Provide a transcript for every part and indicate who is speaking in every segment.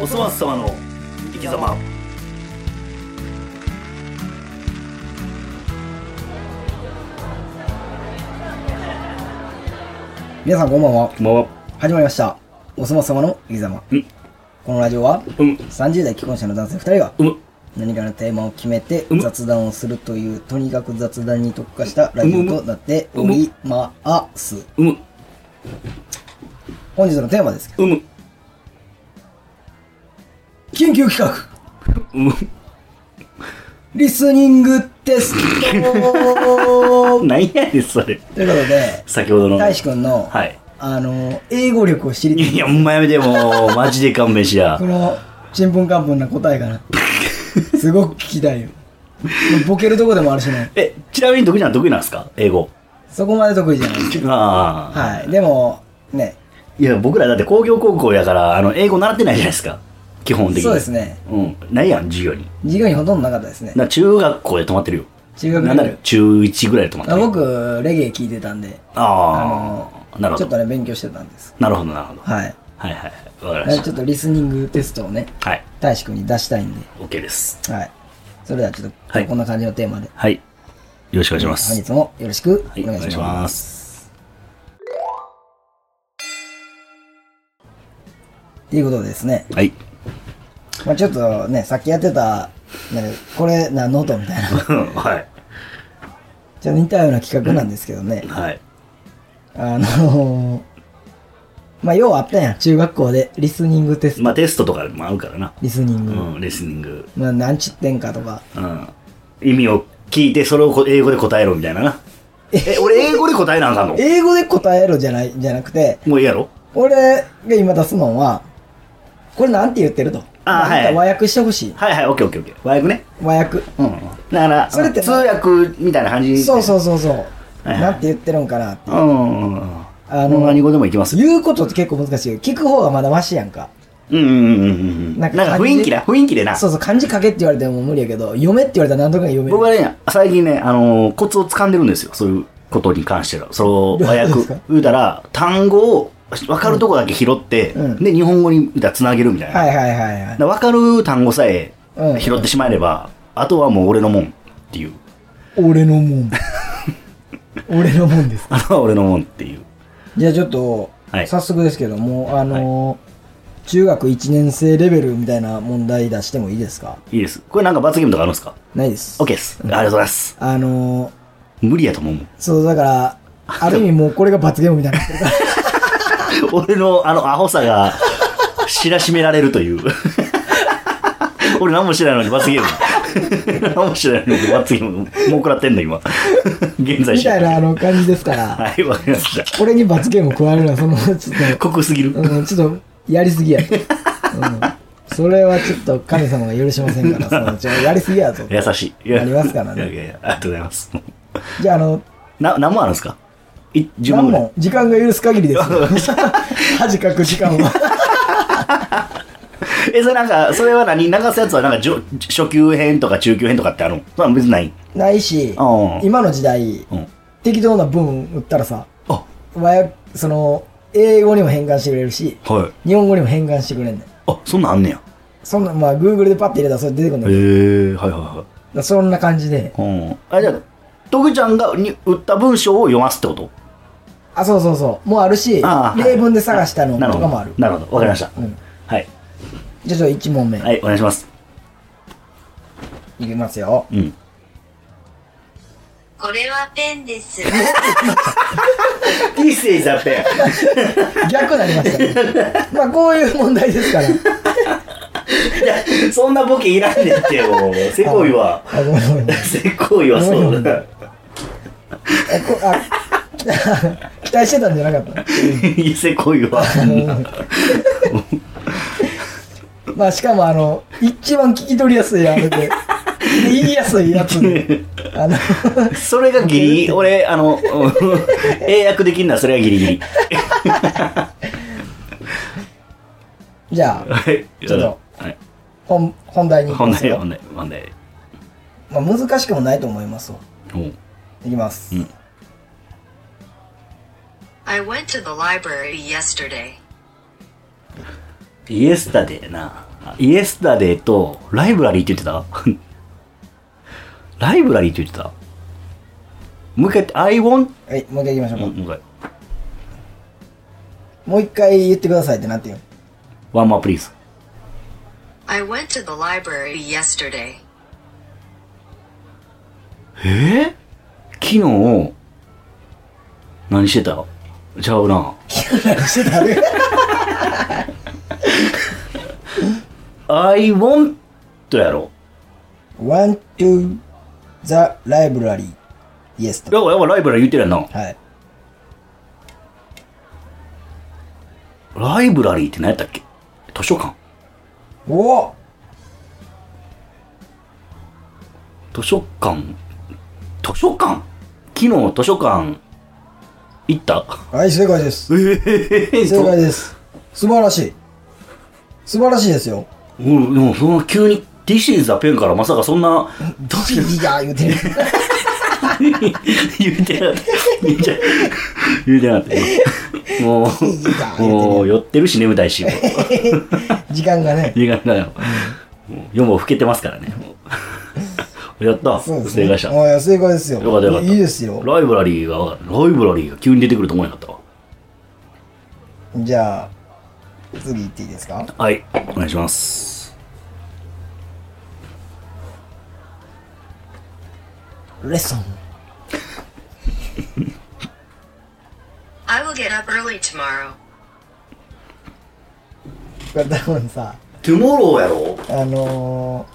Speaker 1: おそ松様の生き様
Speaker 2: 皆さんこんばんは。
Speaker 1: こんばんは
Speaker 2: 始まりました。おそ松様の生き様。
Speaker 1: うん
Speaker 2: このラジオは、
Speaker 1: うん
Speaker 2: 30代既婚者の男性2人が、
Speaker 1: うむ
Speaker 2: 何かのテーマを決めて
Speaker 1: うん
Speaker 2: 雑談をするという、とにかく雑談に特化したラジオとなっております。
Speaker 1: うむ
Speaker 2: 本日のテーマですけ
Speaker 1: うむ
Speaker 2: ど。緊急企画
Speaker 1: うむ
Speaker 2: リスニングテス ト
Speaker 1: 何やねんそれ
Speaker 2: ということで、
Speaker 1: 先ほどの
Speaker 2: 大志くんの、
Speaker 1: はい
Speaker 2: あの、英語力を知りたい
Speaker 1: いやほんまやめてもうマジで勘弁しや
Speaker 2: このちんぷんかんぷんな答 えかなすごく聞きたいよボケるとこでもあるしね
Speaker 1: えちなみに得意なん得意なんですか英語
Speaker 2: そこまで得意じゃない
Speaker 1: ああ
Speaker 2: はいでもね
Speaker 1: いや僕らだって工業高校やからあの英語習ってないじゃないですか基本的に
Speaker 2: そうですね
Speaker 1: うんないやん授業に
Speaker 2: 授業にほとんどなかったですね
Speaker 1: だから中学校で止まってるよ
Speaker 2: 中学
Speaker 1: なんなら中1ぐらいで止まって
Speaker 2: あ
Speaker 1: る
Speaker 2: 僕レゲエ聞いてたんで
Speaker 1: あ
Speaker 2: の
Speaker 1: あなるほ
Speaker 2: ちょっ
Speaker 1: ど
Speaker 2: とね勉強してたんです
Speaker 1: なるほどなるほど
Speaker 2: はい
Speaker 1: はいはいはいわかりま
Speaker 2: ち
Speaker 1: し
Speaker 2: ょっとリスニングテストをね
Speaker 1: たはい
Speaker 2: 大志くんに出したいん
Speaker 1: OK です
Speaker 2: ではいそれではちょっ
Speaker 1: は
Speaker 2: と
Speaker 1: い
Speaker 2: こんな感じのテーマで、
Speaker 1: はいよろしくお願いします
Speaker 2: 本日もよろしく
Speaker 1: はい
Speaker 2: お
Speaker 1: お
Speaker 2: 願い
Speaker 1: 願い
Speaker 2: し
Speaker 1: し
Speaker 2: ま、
Speaker 1: ますす
Speaker 2: ということでですね、
Speaker 1: はい
Speaker 2: まあ、ちょっとねさっきやってた、ね、これ何の音みたいな
Speaker 1: は
Speaker 2: じゃあ似たような企画なんですけどね
Speaker 1: い。はい
Speaker 2: あのー、まあ、ようあったやん。中学校でリスニングテスト。
Speaker 1: まあテストとかもあるからな
Speaker 2: リスニング。
Speaker 1: うんリスニング
Speaker 2: まあ、何ちってんかとか。
Speaker 1: うん意味を聞いてそれをこ英語で答えろみたいななえ俺英語で答えなあかんの
Speaker 2: 英語で答えろじゃない、じゃなくて、
Speaker 1: もういいやろ
Speaker 2: 俺が今出すのは、これなんて言ってると。
Speaker 1: あー
Speaker 2: なんか
Speaker 1: はい
Speaker 2: 和訳してほしい。
Speaker 1: はいはい、オッケーオッケーオッケー。和訳ね。
Speaker 2: 和訳。
Speaker 1: うん。だから、
Speaker 2: それって
Speaker 1: 通訳みたいな感じ。。
Speaker 2: そうそううそうそう。
Speaker 1: いはい
Speaker 2: なんて言ってるんかな。
Speaker 1: うんうんうん。
Speaker 2: あ
Speaker 1: あ
Speaker 2: の
Speaker 1: の、何語でもいきますよ。
Speaker 2: 言うことって結構難しいよ。聞く方がまだマシやんか。
Speaker 1: うんうんうんうん。
Speaker 2: な
Speaker 1: なんん
Speaker 2: か
Speaker 1: か雰囲気だ、雰囲気でな。
Speaker 2: そうそう、漢字書けって言われても無理やけど、読めって言われたら何とか読める
Speaker 1: 僕。はね、最近ね、あのー、コツを掴んでるんですよ。そういうことに関しての。その、和
Speaker 2: どう
Speaker 1: 訳
Speaker 2: ですか。
Speaker 1: 言うたら、単語を分かるとこだけ拾って、
Speaker 2: うん
Speaker 1: で、日本語につなげるみたいな。
Speaker 2: はいはいはいはい。
Speaker 1: だから分かる単語さえ
Speaker 2: うん
Speaker 1: 拾ってしまえれば、あとはもう俺のもんっていう。
Speaker 2: 俺のもん俺のもんです
Speaker 1: あとは俺のもんっていう。
Speaker 2: じゃあちょっと、
Speaker 1: はい
Speaker 2: 早速ですけどもあのー中学1年生レベルみたいな問題出してもいいですか
Speaker 1: いいです。これなんか罰ゲームとかあるんですか
Speaker 2: ないです
Speaker 1: オッケーです。ありがとうございます。
Speaker 2: あのー
Speaker 1: 無理やと思うもん。
Speaker 2: そうだからある意味もうこれが罰ゲームみたいになって るから
Speaker 1: 俺のあのアホさが知らしめられるという。 俺何も知らないのに罰ゲーム。 何も知らないのに罰ゲーム。もう食らってんの今。 現在
Speaker 2: み
Speaker 1: 進
Speaker 2: たいなあ
Speaker 1: 行
Speaker 2: の感じですから
Speaker 1: はい、わかりました。
Speaker 2: これに罰ゲーム加えるのはそのちょっ
Speaker 1: 酷すぎ
Speaker 2: と、
Speaker 1: る。
Speaker 2: うん、ちょっとやりすぎや、うん、それはちょっと神様が許しませんからそのちょやりすぎやと
Speaker 1: 優しい。いや
Speaker 2: ありますからね
Speaker 1: いやいやいやありがとうございます。
Speaker 2: じゃああの
Speaker 1: な何問あるんですかい ?10 問ぐ
Speaker 2: 何
Speaker 1: らい。
Speaker 2: 問時間が許す限りです よ恥かく時間は
Speaker 1: え、それなんか、それは何流すやつはなんかじょ初級編とか中級編とかってあるのまあ別にない。
Speaker 2: ないし
Speaker 1: ああ
Speaker 2: 今の時代
Speaker 1: うん。
Speaker 2: 適当な文打ったらさ
Speaker 1: あ、
Speaker 2: 和訳その英語にも変換してくれるし
Speaker 1: はい。
Speaker 2: 日本語にも変換してくれんねん
Speaker 1: あ、そんなんあんねや。
Speaker 2: そんなまあ Google でパッて入れたらそれ出てくるんだ
Speaker 1: へえ
Speaker 2: けどだか
Speaker 1: はいはいはい。
Speaker 2: らそんな感じで
Speaker 1: うん。あ、じゃあ、トグちゃんがに打った文章を読ますってこと
Speaker 2: あそうそうそうもうあるし
Speaker 1: ああ
Speaker 2: 例文で探したの
Speaker 1: な
Speaker 2: と
Speaker 1: ほ
Speaker 2: か
Speaker 1: ど
Speaker 2: もある
Speaker 1: なるほど。わかりました。
Speaker 2: うん
Speaker 1: はい。
Speaker 2: じゃあちょっと1問目
Speaker 1: はい、お願いします。
Speaker 2: いきますよ
Speaker 1: うん。
Speaker 3: これはペンです。
Speaker 1: This is a pen.
Speaker 2: 逆になりましたね まあこういう問題ですから
Speaker 1: そんなボケいらんねんってよ。せこいわ。
Speaker 2: あごめんごめんごめん
Speaker 1: せこいわ、そうだ。
Speaker 2: えこあ 期待してたんじゃなかった
Speaker 1: いや せこいわ。
Speaker 2: まあしかもあの一番聞き取りやすいあれでで言いやすいやつ であの
Speaker 1: それがギリ、俺、あの、うん英訳できんならそれがギリギリ。
Speaker 2: じゃあ
Speaker 1: はい。
Speaker 2: ちょっと
Speaker 1: はい。
Speaker 2: 本本題に行き
Speaker 1: 本
Speaker 2: ます
Speaker 1: 題、
Speaker 2: よ
Speaker 1: 本題、本題。
Speaker 2: まあ、難しくもないと思いますわ
Speaker 1: うん
Speaker 2: いきます、
Speaker 1: うん
Speaker 3: I went to the library yesterday.
Speaker 1: イエスタデーな。イエスタデーと、ライブラリーって言ってた ライブラリーって言ってたもう一回、I want,
Speaker 2: はい、もう一回行きましょう
Speaker 1: も
Speaker 2: か。
Speaker 1: う一回、
Speaker 2: もう一回言ってくださいってなってよ。
Speaker 1: one more please.
Speaker 3: I went to the library yesterday.
Speaker 1: えー、昨日、何してたちゃうな。
Speaker 2: 何してた
Speaker 1: I want やろ。
Speaker 2: ?One to the library. Yes
Speaker 1: だからやっぱライブラリー言ってるやんな。
Speaker 2: はい。
Speaker 1: ライブラリーって何やったっけ図書館
Speaker 2: おお
Speaker 1: 図書館図書館昨日図書館行った
Speaker 2: はい、正解です。
Speaker 1: ええ
Speaker 2: 正解です。素晴らしい。素晴らしいで すよ。
Speaker 1: うん、でもその急に「This is a pen」からまさかそんな
Speaker 2: ドキリが言うてる。
Speaker 1: 言うてなかった言うて言うてなかったもうもう酔ってるし眠たい しもう
Speaker 2: 時間がね。
Speaker 1: 時間がよもう夜も更けてますからねもうやった
Speaker 2: そうです
Speaker 1: 正
Speaker 2: ね。
Speaker 1: 解した
Speaker 2: ああ、正解ですよ。
Speaker 1: よかったよかった
Speaker 2: いいですよ。
Speaker 1: ライブラリーがライブラリーが急に出てくると思わなかったわ
Speaker 2: じゃあ、次行っていいですか
Speaker 1: はいお願いします
Speaker 2: レッスン。
Speaker 3: I will get up early tomorrow.
Speaker 2: これ多分さ、
Speaker 1: トゥモローやろ
Speaker 2: あの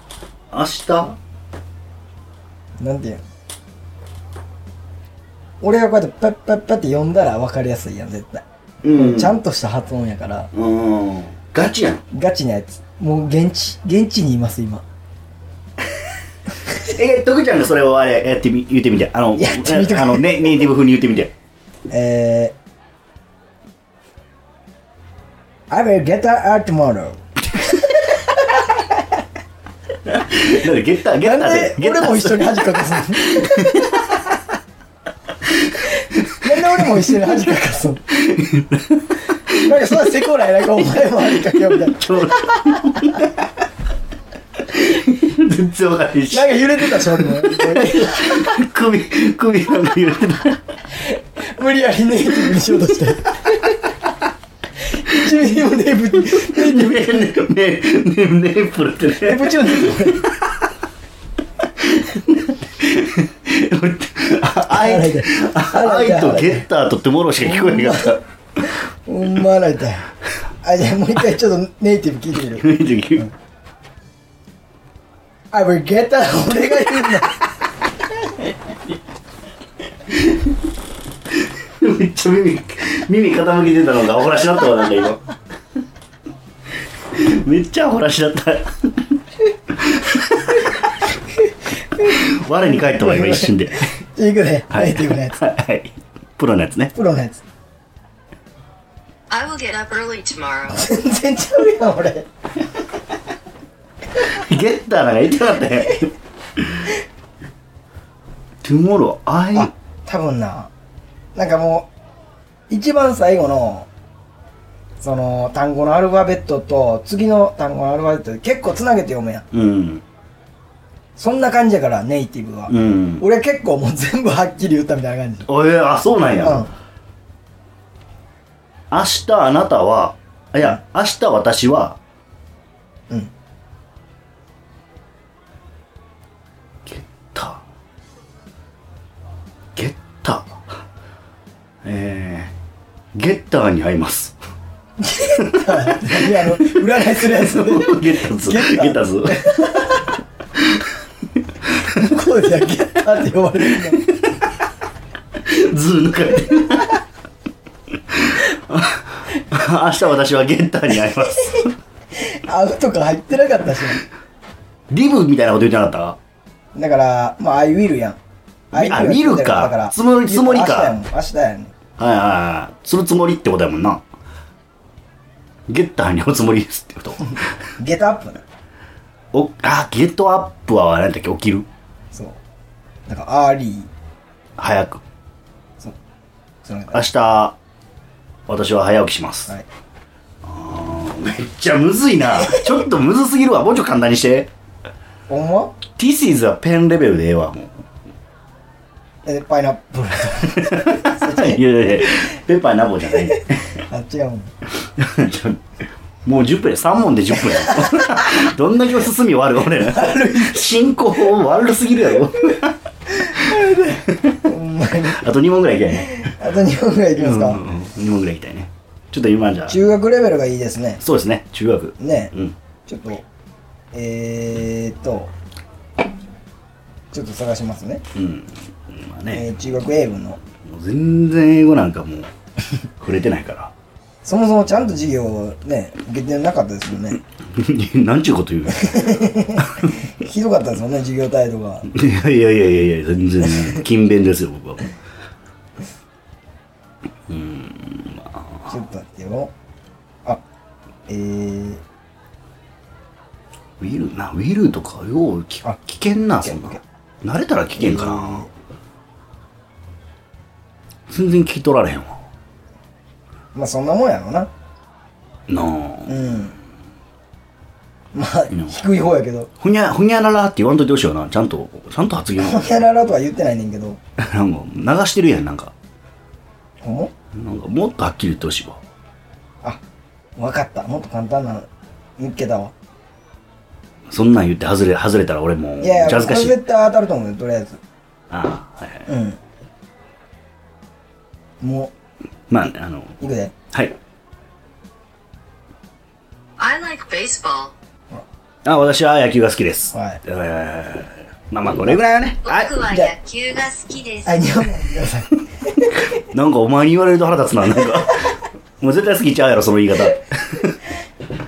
Speaker 1: 明日
Speaker 2: ー、なんていうの俺がこうやってパッパッパって読んだら分かりやすいやん、絶対。
Speaker 1: うん
Speaker 2: ちゃんとした発音やから、
Speaker 1: うんガチやん
Speaker 2: ガチなやつ。もう現地、現地にいます、今。
Speaker 1: え徳ちゃんがそれをあれやってみ言ってみてあの
Speaker 2: やってみて
Speaker 1: あのネネイティブ風に言ってみて
Speaker 2: えー、I will get out tomorrow.
Speaker 1: なんでゲッターゲッター
Speaker 2: なんで
Speaker 1: でゲッ
Speaker 2: 俺
Speaker 1: タ
Speaker 2: も一緒に恥かかすのなんで俺も一緒に恥かかすのなんかそんなせこないなんかお前も恥かけよみたいな
Speaker 1: ー全然わかんないし
Speaker 2: なんか揺れてたし俺も
Speaker 1: 首首なんか言ってた
Speaker 2: 無理やりネイティブにしようとして一ミリもネイブネイティブ
Speaker 1: ねねねねネイプルって
Speaker 2: ネイ
Speaker 1: ね
Speaker 2: ブチューンネイティ
Speaker 1: あ愛
Speaker 2: で
Speaker 1: 愛とゲッターとトゥモローしか聞こえなかった
Speaker 2: ブほんま洗いたいあじゃあもう一回ちょっとネイティブ聞いてみる I will get that 俺が言うな
Speaker 1: めっちゃ耳耳傾けてたのがアホらしだったわなんだ今めっちゃアホらしだった我に返ったわ今一瞬で
Speaker 2: じゃあいくね、
Speaker 1: は
Speaker 2: ネ
Speaker 1: い
Speaker 2: イティブのやつ
Speaker 1: はいプロのやつね
Speaker 2: プロのやつ
Speaker 3: I will get up early tomorrow.
Speaker 2: 全然ちゃうやん俺
Speaker 1: ゲッターなんか言ってなかったよトゥモローアイ
Speaker 2: あ多分ななんかもう一番最後のその単語のアルファベットと次の単語のアルファベットで結構つなげて読むやん
Speaker 1: うん
Speaker 2: そんな感じやからネイティブは、
Speaker 1: うん
Speaker 2: 俺は結構もう全部はっきり言ったみたいな感じ
Speaker 1: おえあそうなんや、
Speaker 2: うん
Speaker 1: 明日あなたは、あいや、明日私は、
Speaker 2: うん。
Speaker 1: ゲッタ。ゲッタ。えー、ゲッターに会います。
Speaker 2: 何あの占いするやつ
Speaker 1: ゲッタズ。
Speaker 2: ゲ
Speaker 1: ゲ
Speaker 2: ッタ
Speaker 1: ッタズ。
Speaker 2: 向こうではゲッターって呼ばれるんだ
Speaker 1: ズー抜かれ てる。あ明日私はゲッターに会います。
Speaker 2: アウとか入ってなかったし
Speaker 1: リブみたいなこと言ってなかっ
Speaker 2: だからまあアイウィルやんア
Speaker 1: あ will かつもりつもりか
Speaker 2: 明日やもん明日やねん
Speaker 1: たはいはいはい。そのつもりってことやもんな。ゲッターにおつもりですってこと。
Speaker 2: ゲットアップな
Speaker 1: おあゲットアップは何だっけ起きる
Speaker 2: そうなんかアーリー
Speaker 1: 早く
Speaker 2: その
Speaker 1: 明日私は早起きします、
Speaker 2: はい
Speaker 1: めっちゃむずいな。ちょっとむずすぎるわ。もうちょい簡単にして。
Speaker 2: ほんま
Speaker 1: This is a pen レベルでええわ、もう。
Speaker 2: え、パイナップル。
Speaker 1: いやいやいや、ペッパーナボじゃない。
Speaker 2: あ、違うん。
Speaker 1: ちょもう10分や。3問で10分や。 どんだけ進み悪い俺ら。進行悪すぎるやろ。
Speaker 2: ほんまに。
Speaker 1: あと2問ぐらいいきたいね。
Speaker 2: あと2本ぐらいいきますか。
Speaker 1: 2問ぐらいいきたいね。ちょっと今じゃあ、
Speaker 2: 中学レベルがいいですね。
Speaker 1: そうですね、中学。
Speaker 2: ね、
Speaker 1: うん。
Speaker 2: ちょっと、えーっと、ちょっと探しますね。
Speaker 1: うん。まあね、
Speaker 2: えー中学英語の。
Speaker 1: もう全然英語なんかもう、触れてないから。
Speaker 2: そもそもちゃんと授業をね、受けてなかったですよね。
Speaker 1: なんちゅうこと言うの
Speaker 2: ひどかったですよね、授業態度が。
Speaker 1: いやいやいやいやいや全然勤勉ですよ僕は
Speaker 2: ちょっと待ってよ。あ、えー、
Speaker 1: ウィルなウィルとかよう聞
Speaker 2: あ
Speaker 1: 聞けんな
Speaker 2: 聞
Speaker 1: そん
Speaker 2: けん
Speaker 1: な慣れたら聞けんかな全然聞き取られへんわ
Speaker 2: まあそんなもんやろな。
Speaker 1: な
Speaker 2: う
Speaker 1: あ
Speaker 2: ん。まあ、低い方やけど。
Speaker 1: ほにゃほにゃららって言わんといてほしいよなちゃんとちゃんと発言
Speaker 2: ほにゃららとは言ってないねんけど。
Speaker 1: なんか流してるやんなんか
Speaker 2: ほんま
Speaker 1: なんかもっとはっきり言ってほしいわ
Speaker 2: あ、わかった。もっと簡単なの見っけたわ。
Speaker 1: そんなん言って外れ外れたら俺もう
Speaker 2: いやいや、
Speaker 1: 恥ずかしい
Speaker 2: 絶対当たると思うよ、とりあえず。
Speaker 1: ああ、はいはい、
Speaker 2: うん。も
Speaker 1: まああの
Speaker 2: う、いくで。
Speaker 1: はい
Speaker 3: I like baseball.
Speaker 1: あ私は野球が好きです
Speaker 2: はい
Speaker 1: えーまあまあこれぐらいはねはい
Speaker 3: 僕は野球が好きです。
Speaker 2: あ、日本語ください。
Speaker 1: なんかお前に言われると腹立つな、なんか。 もう絶対好きちゃうやろ、その言い方。い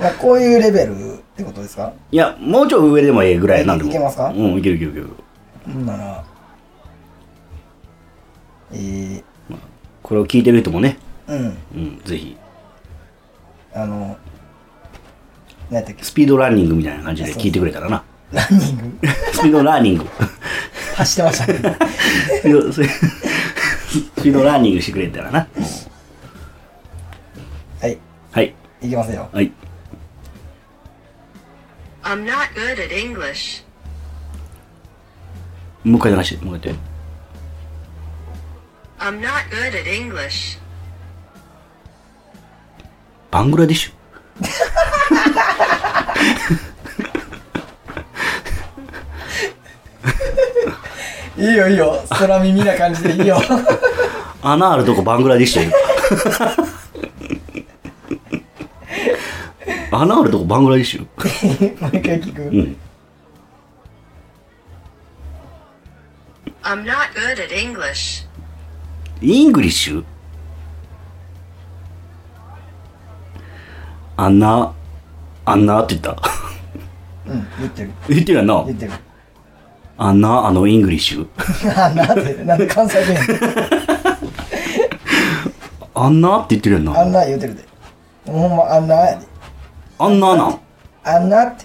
Speaker 2: まあ、こういうレベルってことですか
Speaker 1: や、もうちょい上でもええぐらいなんでも。
Speaker 2: いけますか
Speaker 1: うん、いけるいけるいける。
Speaker 2: ほんなら、えー、
Speaker 1: これを聞いてる人もね、
Speaker 2: うん、
Speaker 1: うん、ぜひ、
Speaker 2: あの、何やったっけ
Speaker 1: スピードランニングみたいな感じで聞いてくれたらな。
Speaker 2: ランニング
Speaker 1: スピードランニング。
Speaker 2: 走ってましたね。
Speaker 1: スピード、スピードランニングしてくれたらな。
Speaker 2: はい、
Speaker 1: はい、
Speaker 2: いきますよ。
Speaker 1: はい。
Speaker 3: I'm not good at English.
Speaker 1: もう一回流して、もう一回やって。
Speaker 3: I'm not good at English.
Speaker 1: バングラディッシュ。
Speaker 2: いいよいいよ、空耳な感じでいいよ。
Speaker 1: 穴あるとこバングラディッシュや今穴あるとこバングラディッシュ
Speaker 2: もう一回聞く、
Speaker 1: うん。
Speaker 3: I'm not good at English.
Speaker 1: イングリッシュあんな、あんなって言った。
Speaker 2: うん、言ってる。
Speaker 1: 言ってるやんな
Speaker 2: 言。ってる。
Speaker 1: あんな、あの、イングリッシュ。
Speaker 2: あ、なんで、なんで関西弁
Speaker 1: あんなって言ってるやん
Speaker 2: あん
Speaker 1: な。
Speaker 2: な言うてるで。ほんま、あんなやで。
Speaker 1: あんななん。
Speaker 2: あんなって。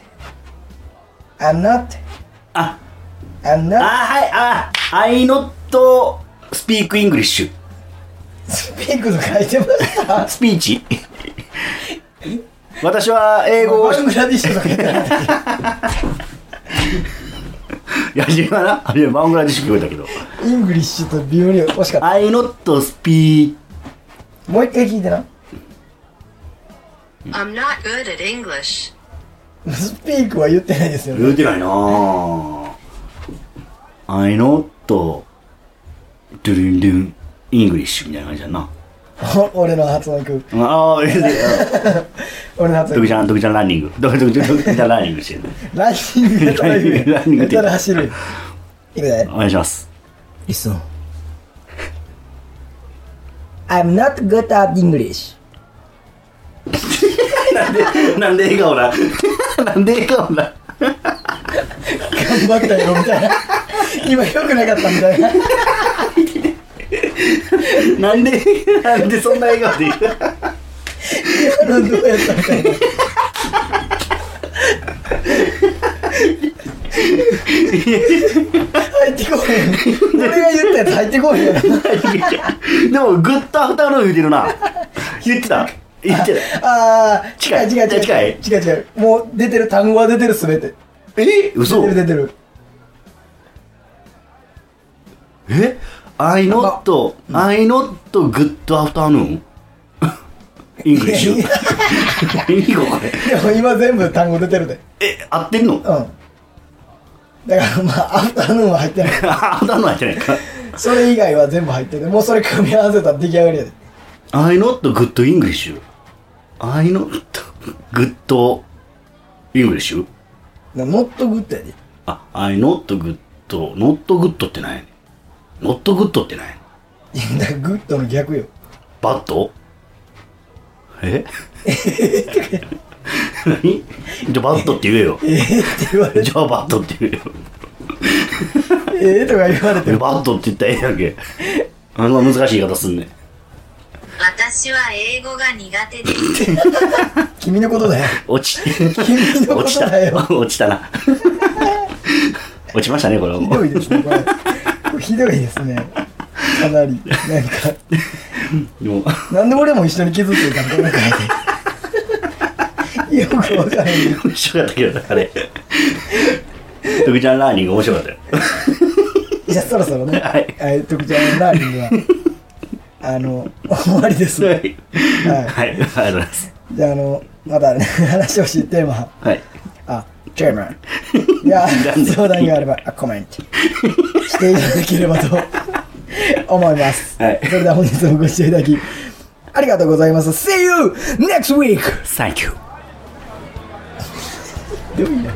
Speaker 2: あんなって。
Speaker 1: あ、
Speaker 2: あん
Speaker 1: あ、
Speaker 2: な
Speaker 1: はい、あ、I not speak English.
Speaker 2: スピークと書いてま した。
Speaker 1: スピーチ。私は英語を
Speaker 2: バングラディッシュとか言ってなかったっ
Speaker 1: いや、自分はな、あれバングラディッシュ聞こえたけど。
Speaker 2: けイングリッシュと微妙に惜しかっ
Speaker 1: I not speak
Speaker 2: た。もう一回聞いてな。
Speaker 3: I'm not good at English.
Speaker 2: スピークは言ってないですよね。
Speaker 1: 言うてないなぁ。I not, ドゥルンドゥン、イングリッシュみたいな感じだな。
Speaker 2: お俺の発音く。
Speaker 1: ああ、ええ、
Speaker 2: 俺の発
Speaker 1: ドキ
Speaker 2: 音く。
Speaker 1: ちゃん、ドキちゃんランニング。ドキドキドキちゃんランニングしてる。
Speaker 2: ランニングやったら言う
Speaker 1: ランニング
Speaker 2: や
Speaker 1: っ
Speaker 2: ってたら走る。いくで
Speaker 1: お。願いします。
Speaker 2: Listen. I'm not good at English.
Speaker 1: なんで笑顔だなんで笑顔だ
Speaker 2: 頑張ったよ、みたいな。今良くなかったみたいな。
Speaker 1: なんで、なんでそんな笑顔で言う
Speaker 2: 今のどうやったみたいな。入ってこへん。俺が言ったやつ入ってこへん。
Speaker 1: でも、グッドアフターの言うてるな。言ってた。言ってない。
Speaker 2: あー、
Speaker 1: 近い
Speaker 2: 違う違う違う。
Speaker 1: 近い
Speaker 2: 違う違う。もう出てる、単語は出てる、すべて。
Speaker 1: え嘘
Speaker 2: 出てる出てる。
Speaker 1: え ?I not, I not good afternoon? イングリッシュ
Speaker 2: いや
Speaker 1: いいよこれ。
Speaker 2: でも今全部単語出てるで。
Speaker 1: え、合ってんの
Speaker 2: うん。だからまあ、アフターヌーンは入ってない。
Speaker 1: あ、当たんないじゃないか。
Speaker 2: それ以外は全部入ってる。もうそれ組み合わせたら出来上がりやで。
Speaker 1: I not good English. I not good English?
Speaker 2: ノットグッドやで。
Speaker 1: あ、I not good, not good って何やねん。not good って何やねん。
Speaker 2: いや、だからグッドの逆よ。
Speaker 1: バットえ 何じゃあバットって言えよ。
Speaker 2: ええって言われて、
Speaker 1: じゃあバットって言えよ。
Speaker 2: ええとか言われて
Speaker 1: え
Speaker 2: も。
Speaker 1: バットって言ったらええやんけ。あんな難しい言い方すんねん。
Speaker 3: 私は英語が苦手です。
Speaker 2: 君のことだよ。
Speaker 1: 落ち、
Speaker 2: 君のこ
Speaker 1: 落ち
Speaker 2: とだよ。
Speaker 1: た。 落ちたな。落ちましたね、これは
Speaker 2: ひ
Speaker 1: も。
Speaker 2: どいうですね、これ。これひどいですね。かなり。なんか、
Speaker 1: もう
Speaker 2: なんで俺も一緒に傷ついたのこの回で。よくわからへん。
Speaker 1: 面白かったけどな、あれ。徳ちゃんラーニング面白かったよ。
Speaker 2: じゃあそろそろね、
Speaker 1: はい
Speaker 2: はい、徳ちゃんのラーニングは、あの、終わりです。
Speaker 1: は。
Speaker 2: はい
Speaker 1: はい、ありがとうございます。
Speaker 2: い。じゃあ、あの、またね、話してほしいテーマ、
Speaker 1: はい。
Speaker 2: あ、チェーマン。いや、相談があれば、あコメントしていただければと 思います。
Speaker 1: はい
Speaker 2: それでは本日もご視聴いただき、ありがとうございます。See you next week!
Speaker 1: Thank you.
Speaker 2: でもいいな